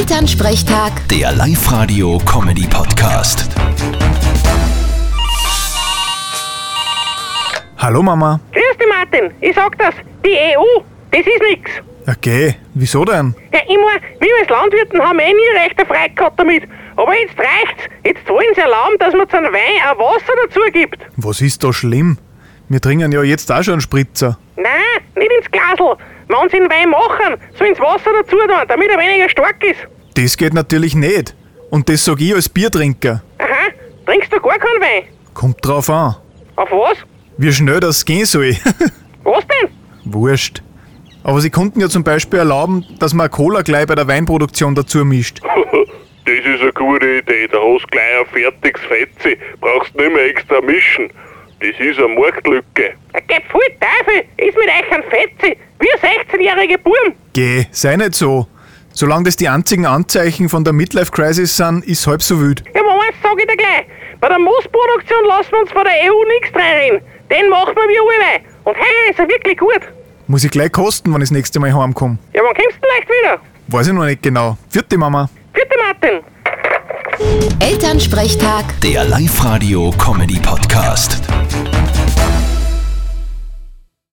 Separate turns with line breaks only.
Elternsprechtag,
Der Live-Radio-Comedy-Podcast.
Hallo Mama.
Grüß dich, Martin. Ich sag das. Die EU, das ist nix.
Okay, wieso denn?
Ja, immer, wir als Landwirten haben eh nie recht frei gehabt damit. Aber jetzt reicht's. Jetzt wollen sie erlauben, dass man zu einem Wein auch Wasser dazu gibt.
Was ist da schlimm? Wir trinken ja jetzt auch schon einen Spritzer.
Nein, nicht ins Glasl. Wenn sie den Wein machen, so ins Wasser dazu tun, damit er weniger stark ist.
Das geht natürlich nicht. Und das sag ich als Biertrinker.
Aha, trinkst du gar keinen Wein?
Kommt drauf an.
Auf was?
Wie schnell das gehen soll.
Was denn?
Wurscht. Aber sie konnten ja zum Beispiel erlauben, dass man Cola gleich bei der Weinproduktion dazu mischt.
Das ist eine gute Idee, da hast du gleich ein fertiges Fetze, brauchst nicht mehr extra mischen. Das ist eine Marktlücke.
Ja, Geh voll Teufel, ist mit euch ein Fetzi. Wir 16-jährige Buben.
Geh, sei nicht so. Solange das die einzigen Anzeichen von der Midlife-Crisis sind, ist halb so wild.
Ja, aber eins sag ich dir gleich. Bei der Moosproduktion lassen wir uns von der EU nichts reinreden. Den machen wir wie alle. Und heuer ist er wirklich gut.
Muss ich gleich kosten, wenn ich das nächste Mal heimkomme.
Ja, wann kommst du denn leicht wieder?
Weiß ich noch nicht genau. Vierte Mama.
Vierte Martin.
Elternsprechtag.
Der Live-Radio-Comedy-Podcast.